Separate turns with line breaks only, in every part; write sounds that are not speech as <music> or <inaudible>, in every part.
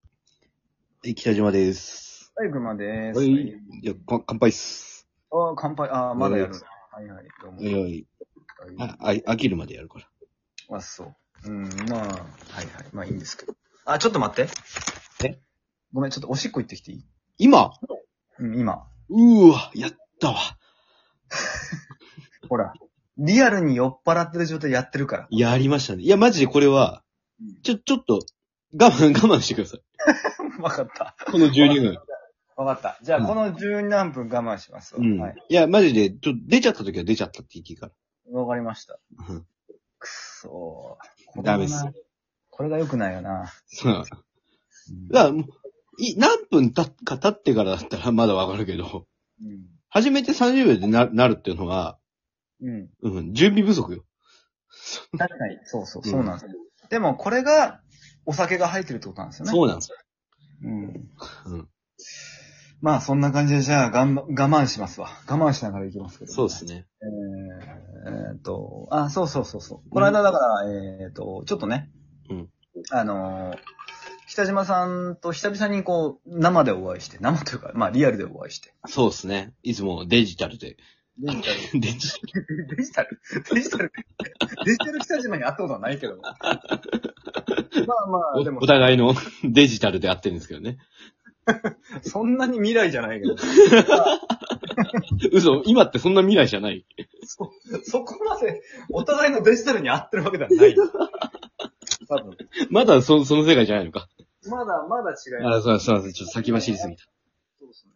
はい、北島です。
はい、群馬です。
はい。いや、か乾杯っす。
ああ、乾杯。ああ、まだやる
は
な。はいはい、どうも。
はいはい。
は
あ、あ飽きるまでやるから。
い、あ、そう。うん、まあ、はいはい。まあいいんですけど。あ、ちょっと待って。
え
ごめん、ちょっとおしっこ行ってきていい
今
うん、今。
うーわ、やったわ。
ほら。リアルに酔っ払ってる状態でやってるから。
やりましたね。いや、マジでこれは
うん、
ちょ、ちょっと、我慢、 <laughs> 我慢してください。
わかった。
この12分。 <laughs>
わかった。じゃ
う
あ、
ん
この十何分我慢します。
うん。
はいい。、
や、マジで、ちょ、出ちゃった時は出ちゃったって言っていいから。
わかりました。
うん
くそー。
ダメっす
これが良くないよな。
そう。 <laughs> だから
うん
もう、い、何分経っか経ってからだったらまだわかるけど、
うん。
初めて30秒でななるっていうのは、
うん。
うん、準備不足よ。
確かに。そうそう、
うん
そうなんですよ。でも、これが、お酒が入ってるってことなんですよね。
そうなんですよ。
うん。
うん。
まあ、そんな感じで、じゃあ、がん、我慢しますわ。我慢しながら行きますけど、
そうです。ね。
えー、えーっと、あ、そうそうそうそう。この間、だから、えーっと、ちょっとね。
うん。
あのー、北島さんと久々にこう、生でお会いして、生というか、まあ、リアルでお会いして。
そうですね。いつもデジタル <laughs> で。
デジタル
デジ
デジタルデジタルデジタル北島に会ったことはない
<laughs>
けど。まあまあ、でも
お、互いの <laughs> デジタルで会ってるんですけどね。
そんなに未来じゃないけど。
嘘、今ってそんな未来じゃない。
そ、 <laughs> そこまで、お互いのデジタルに合ってるわけではない。 <laughs> 多分。
<laughs> まだそその世界じゃないのか。
まだ、まだ違い
あ、
ます。
そうそうそう、ちょっと先走りすぎた。
そうですね。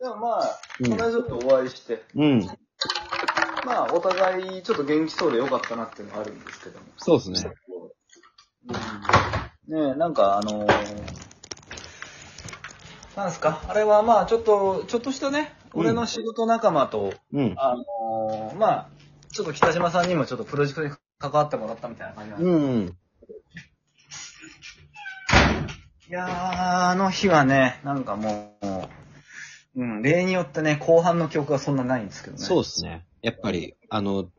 でもまあ、
うん
この間ちょっとお会いして、
うん。
まあ、お互いちょっと元気そうでよかったなっていうのはあるんですけども。
そうですね。
うん、ねえ、なんかあのー、なんですかあれはまあ、ちょっと、ちょっとしたね、
うん
俺の仕事仲間と、
うん。
あのー、まあ、ちょっと北島さんにもちょっとプロジェクトに関わってもらったみたいな感じなんですけど
うん。
いやー、あの日はね、なんかもう、うん、例によってね、後半の記憶はそんなないんですけどね。
そうですね。やっぱり、あの、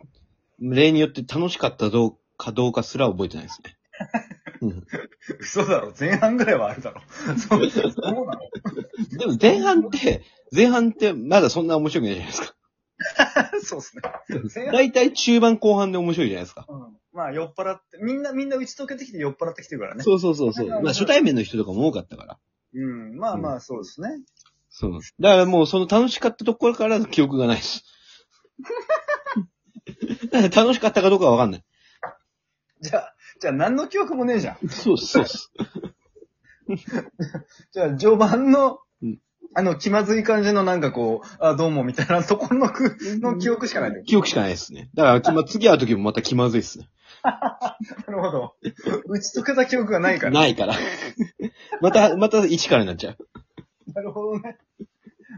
例によって楽しかったどうかどうかすら覚えてないですね。うん
嘘だろ、前半ぐらいはあるだろ。そう、そうなの <laughs>
でも前半って、前半ってまだそんな面白くないじゃないですか。
そうですね。前半、
大体中盤後半で面白いじゃないですか。
うん、まあ酔っ払って、みんな、みんな打ち解けてきて酔っ払ってきてるからね。
そうそうそうそう。まあ初対面の人とかも多かったから。
うん、まあまあそうですね。
そうなんです。だからもうその楽しかったところからの記憶がない <laughs> です。だから楽しかったかどうかはわかんない。
じゃあ、じゃあ何の記憶もねえじゃん。
そうです、そうです。
じゃあ序盤の
うん、
あの気まずい感じのなんかこう、あ、どうもみたいなところのくの記憶しかないんだよ。
記憶しかないですね。だからき、ま、次会う時もまた気まずいですね。
なるほど。打ち解けた記憶がないから。
ないから。また、また一からになっちゃう。
<laughs> なるほどね。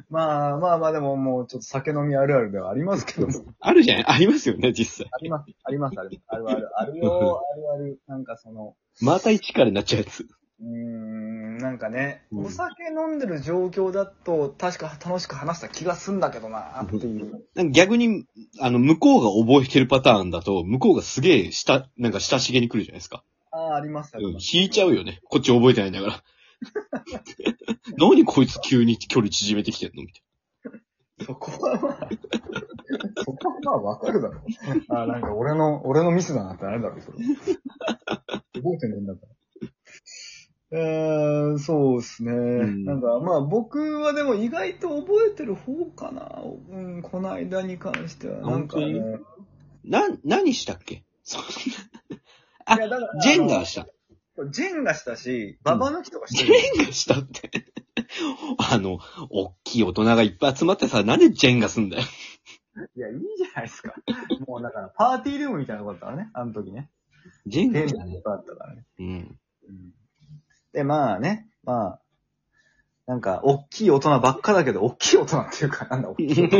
まあまあまあでももうちょっと酒飲みあるあるではあります
<laughs>
けども。
あるじゃないありますよね、実際。
あります、あります、あります。あるある、あ
<laughs>
るよ、あるある。なんかその、
また一からになっちゃうやつ。
うーん、なんかね、
うん
お酒飲んでる状況だと確か楽しく話した気がすんだけどな、っていう。
なんか逆に、あの、向こうが覚えてるパターンだと、向こうがすげえ、した、なんか親しげに来るじゃないですか。
ああ、あります、あり
うん
ま、す。
引いちゃうよね。こっち覚えてないんだ <laughs> から。何こいつ急に距離縮めてきてんのみたい
そこはまあ、そこはまあわかるだ
<laughs>
ろ。ああ、なんか俺の、俺のミスだなってなるだろ、それ。覚えてねえんだから。えー、そうですね、
ん
なんか、まあ僕はでも意外と覚えてる方かな。うん、この間に関しては。なんか、ね、
本
い
当な。な、何したっ <laughs> けそんあ
やだから
なジェンガーした。
ジェンガしたし、ババ抜きとかし
ジ
てる。
ェンガしたって。 <laughs> あの、おっきい大人がいっぱい集まってさ、なんでジェンガすんだよ。
いや、いいじゃないですか。もうだから、パーティールームみたいなことだからね、あの時ね。
ジェン
ジェ
ガ
ン
じ
ガ
ゃ
の
ね。
ことだったからね。
うん。
うんで、まあね、まあ、なんか、大きい大人ばっかだけど、大きい大人っていうか、 <laughs> なんだ、大きい大人。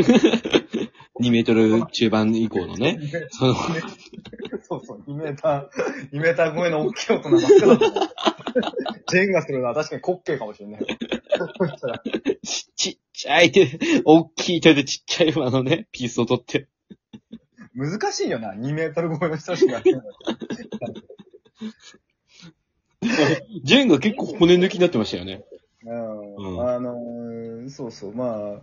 2メートル中盤以降のね。その、
そうそう、2メーター、2メーター超えの大きい大人ばっかだった。ジェンガするのは確かに滑稽かもしれない。そしたら
ちちっちゃい手、おっきい手でちっちゃいあのね、ピースを取って。
難しいよな、2メートル超えの人たちが。
ジェンガ結構骨抜きになってましたよね。
うん
うん
あのーそうそう、まあ、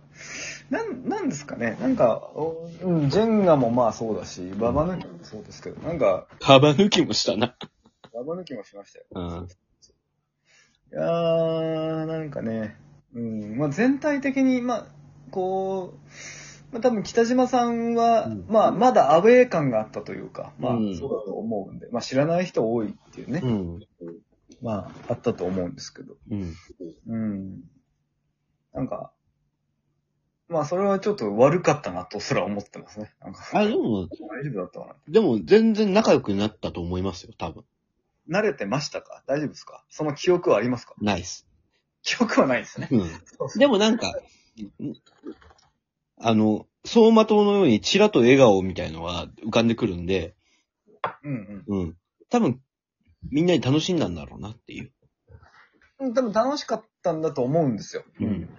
なん、なんですかね。なんか、おうん、ジェンガもまあそうだし、ババ抜きもそうですけど、なんか、
カバ抜きもしたな。
ババ抜きもしましたよ。
うん
いやー、なんかね、うん、まあ全体的に、まあ、こう、まあ多分北島さんは、
うん
まあまだアウェー感があったというか、まあ
うん
そうだと思うんで、まあ知らない人多いっていうね、
うん。
まああったと思うんですけど、
うん。
うん。なんか、まあそれはちょっと悪かったなとすら思ってますね。なんか
あ、でも、
大丈夫だったか
でも全然仲良くなったと思いますよ、多分。
な。慣れてましたか大丈夫ですかその記憶はありますか
ないっす。
記憶はないですね。
うん。
そう
でもなんか、んあの、走馬灯のようにチラと笑顔みたいのは浮かんでくるんで、
うんうん。
うん。多分、みんなに楽しんだんだろうなっていう。
うん多分楽しかったんだと思うんですよ。
うん。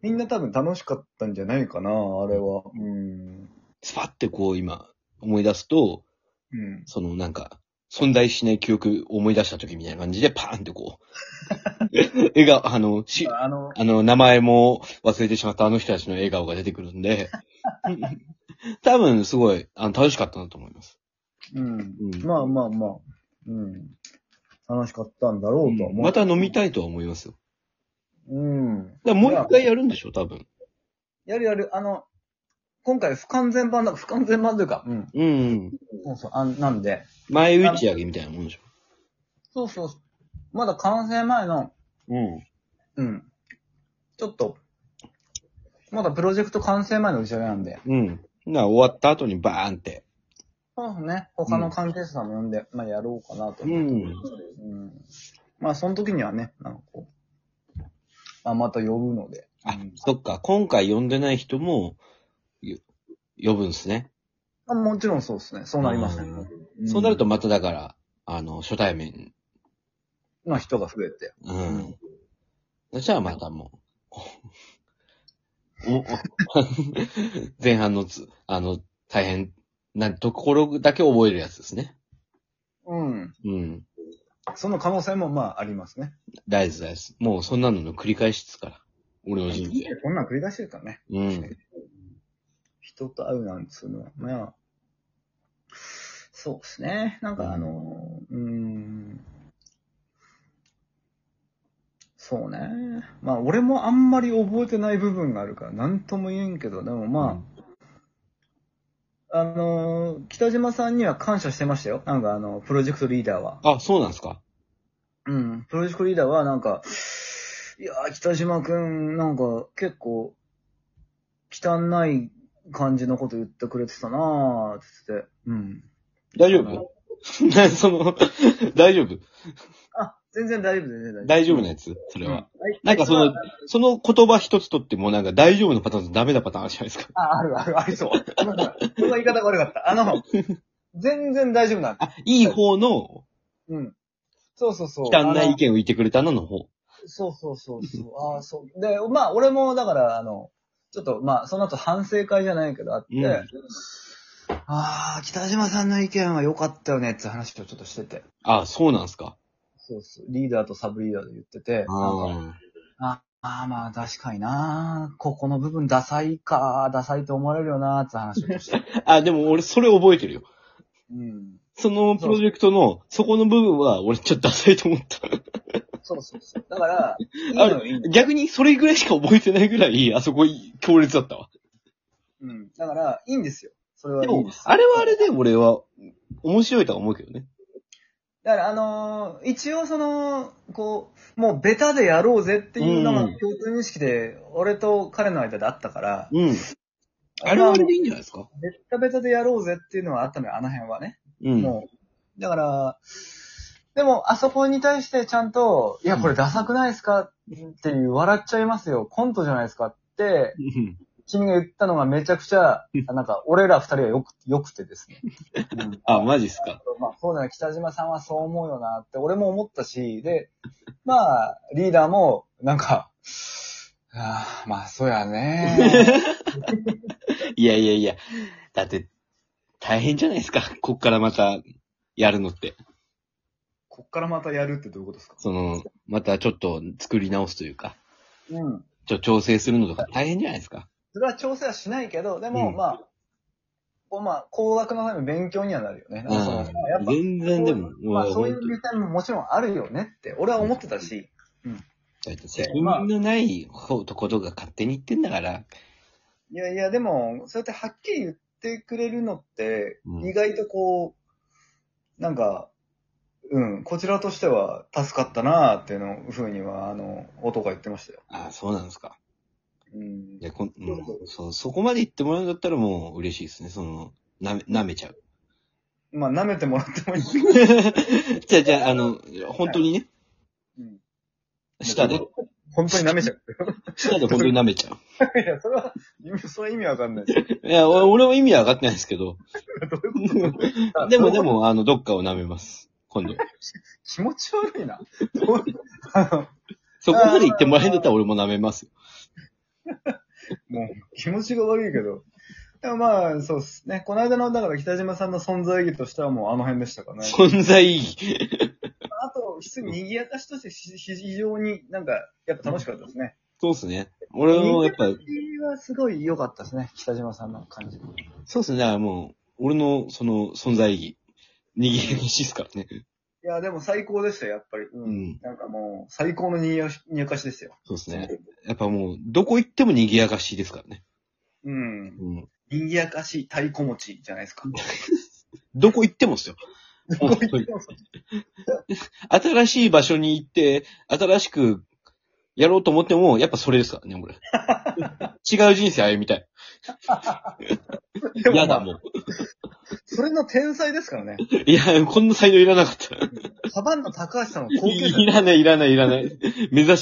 みんな多分楽しかったんじゃないかな、あれは。うん。
スパってこう今思い出すと、
うん。
そのなんか、存在しない記憶を思い出した時みたいな感じでパーンってこう、 <laughs> 笑顔、あの、し、
あの、
あの、名前も忘れてしまったあの人たちの笑顔が出てくるんで、 <laughs> 多分すごい、あの、楽しかったなと思います。
うん。
うん
まあまあまあ。うん。楽しかったんだろうとは思う。
また飲みたいとは思いますよ。
うん。
だからもう一回やるんでしょ、多分。
やるやる、あの、今回不完全版だ、不完全版というか、うん。
うんうん。
そうそう、あなんで。
前打ち上げみたいなもんでしょ。
そうそう。まだ完成前の、
うん。
うん。ちょっと、まだプロジェクト完成前の打ち上げなんで。
うん。な、終わった後にバーンって。
そうですね。他の関係者さんも呼んで、まあやろうかなと。
ん。
うんまあ、その時にはね、なんかこうまあ、また呼ぶので。
あ
うん、
そっか、今回呼んでない人も、よ呼ぶんですね。
まあ、もちろんそうですね。そうなりますね。ん
そうなると、まただから、あの、初対面。
まあ、人が増えて。
うん。じゃあまたもう。おお <laughs> 前半のつ、あの、大変なところだけ覚えるやつですね。
うん。
うん。
その可能性もまあ、ありますね。
大事大事。もうそんなのの繰り返しですから。俺の人生。
こんなん繰り返してるからね。
うん。
人と会うなんつうのは、まあ、そうですね。なんかあの、うーん。そうね。まあ、俺もあんまり覚えてない部分があるから、なんとも言えんけど、でもまあ、あのー北島さんには感謝してましたよ。なんかあの、プロジェクトリーダーは。
あ。あ、そうなんですか
うん。プロジェクトリーダーはなんか、いやー、北島くん、なんか結構、汚い感じのこと言ってくれてたなーって言ってて。うん。
大丈夫な <laughs> その、大丈夫
あ、全然大丈夫、全然
大丈夫
ね。
なやつそれは。
はい
なんかその、その言葉一つとってもなんか大丈夫のパターンとダメなパターンあるじゃないですか。
あ、あるある、ありそう。ごめんなさいその言い方が悪かった。
<laughs>
あの、全然大丈夫なんだ。
あ、いい方の、
うん。そうそうそう。
汚
あ
い
の
意見を言ってくれたのの方。
そうそうそうそう。ああ、そう。で、まあ、俺も、だから、あの、ちょっと、まあ、その後反省会じゃないけど、あって、
うん
ああ、北島さんの意見は良かったよねって話をちょっとしてて。
あ、そうなんですか。
そうそう。リーダーとサブリーダーで言ってて、なんか
あ
ああー、まあ、確かになここの部分ダサいか、ダサいと思われるよなって話をちょっと
<laughs>
して。
ーあ、でも俺それ覚えてるよ。
うん。
そのプロジェクトの、そこの部分は俺ちょっとダサいと思った。
そうそうそう。だから、いい
あ
のよ、いいのよ。
逆にそれぐらいしか覚えてないぐらい、あそこ強烈だったわ。
うん。だから、いいんですよ。それは
で
いいん
も
です、。
あれはあれで俺は面白いとは思うけどね。
だから、あのー一応その、こう、もうベタでやろうぜっていうのが
うん
共通認識で、俺と彼の間であったから、
うん。あれはあれでいいんじゃないですか。
ベタベタでやろうぜっていうのはあったのよ、あの辺はね。
うん。
もう。だから、でも、あそこに対してちゃんと、いや、これダサくないですかっていう、笑っちゃいますよ、コントじゃないですかって、
うん
君が言ったのがめちゃくちゃ、なんか、俺ら二人はよく、よくてで
<laughs>
すね。うん
<laughs> あ、マジっすか。
まあ、そうだね、北島さんはそう思うよなって、俺も思ったし、で、まあ、リーダーも、なんか、ああ、まあ、そうや <laughs> ね。
いやいやいや。だって、大変じゃないですか。こっからまた、やるのって。
こっからまたやるってどういうことですか
その、またちょっと作り直すというか。
うん。
ちょ、調整するのとか大変じゃないですか。
それは調整はしないけど、でも、
うん
まあ、こうまあ、高額のための勉強にはなるよね。なんかその
うん
まあやっぱ、
全然でも、
まあ、
もう
そうい
本
う目線ももちろんあるよねって、俺は思ってたし、
当に、責任のない方とことが勝手に言ってんだから、
いやいや、でも、そうやってはっきり言ってくれるのって
う、ん
意外とこう、なんか、うん、こちらとしては助かったなーっていうのふうには、あの、男が言ってましたよ。
ああ、そうなんですか。
う
い。
ん
やこんうん、そうそこまで言ってもらうんだったらもう嬉しいですね。その、なめ、舐めちゃう。
まあ、舐めてもらっても
<laughs>
いい。
じゃあ、じゃあ、あの、本当にね、
うん
舌で、
本当に舐めちゃう。
舌で本当に舐めちゃう。
<laughs> いや、それは、意味それは意味わか
<laughs>
んない。ど
いや、俺俺は意味は分かってないですけど、
ういうこと
でもでも、あの、どっかを舐めます。今度。
気持ち悪いな。どういうあの
そこまで言ってもらえんだったら俺も舐めますよ。
もう、気持ちが悪いけど。でもまあ、そうっすね。この間の、だから北島さんの存在意義としてはもうあの辺でしたからね。
存在意義。
あと、普通に賑やかしとしてひ非常になんか、やっぱ楽しかったですね。
そうですね。俺もやっぱ、
賑やかしはすごい良かったですね。北島さんの感じ。
そうですね。だからもう、俺のその存在意義、握りしですからね。
いや、でも最高でしたよ、やっぱり。うん。
うん
なんかもう、最高の賑やかし賑やかしですよ。
そうですね。やっぱもう、どこ行っても賑やかしいですからね。
うん。
うん。
賑やかし太鼓持ちじゃないですか。
どこ行ってもっすよ。本当に <laughs> 新しい場所に行って、新しくやろうと思っても、やっぱそれですからね、俺。 <laughs> 違う人生歩みたい。
でもまあ
嫌だもん。
それの天才ですからね。
い <laughs> や、こんな才能いらなかった。
サバンナ高橋さんの後継者
いらない、いらない、いらない。目指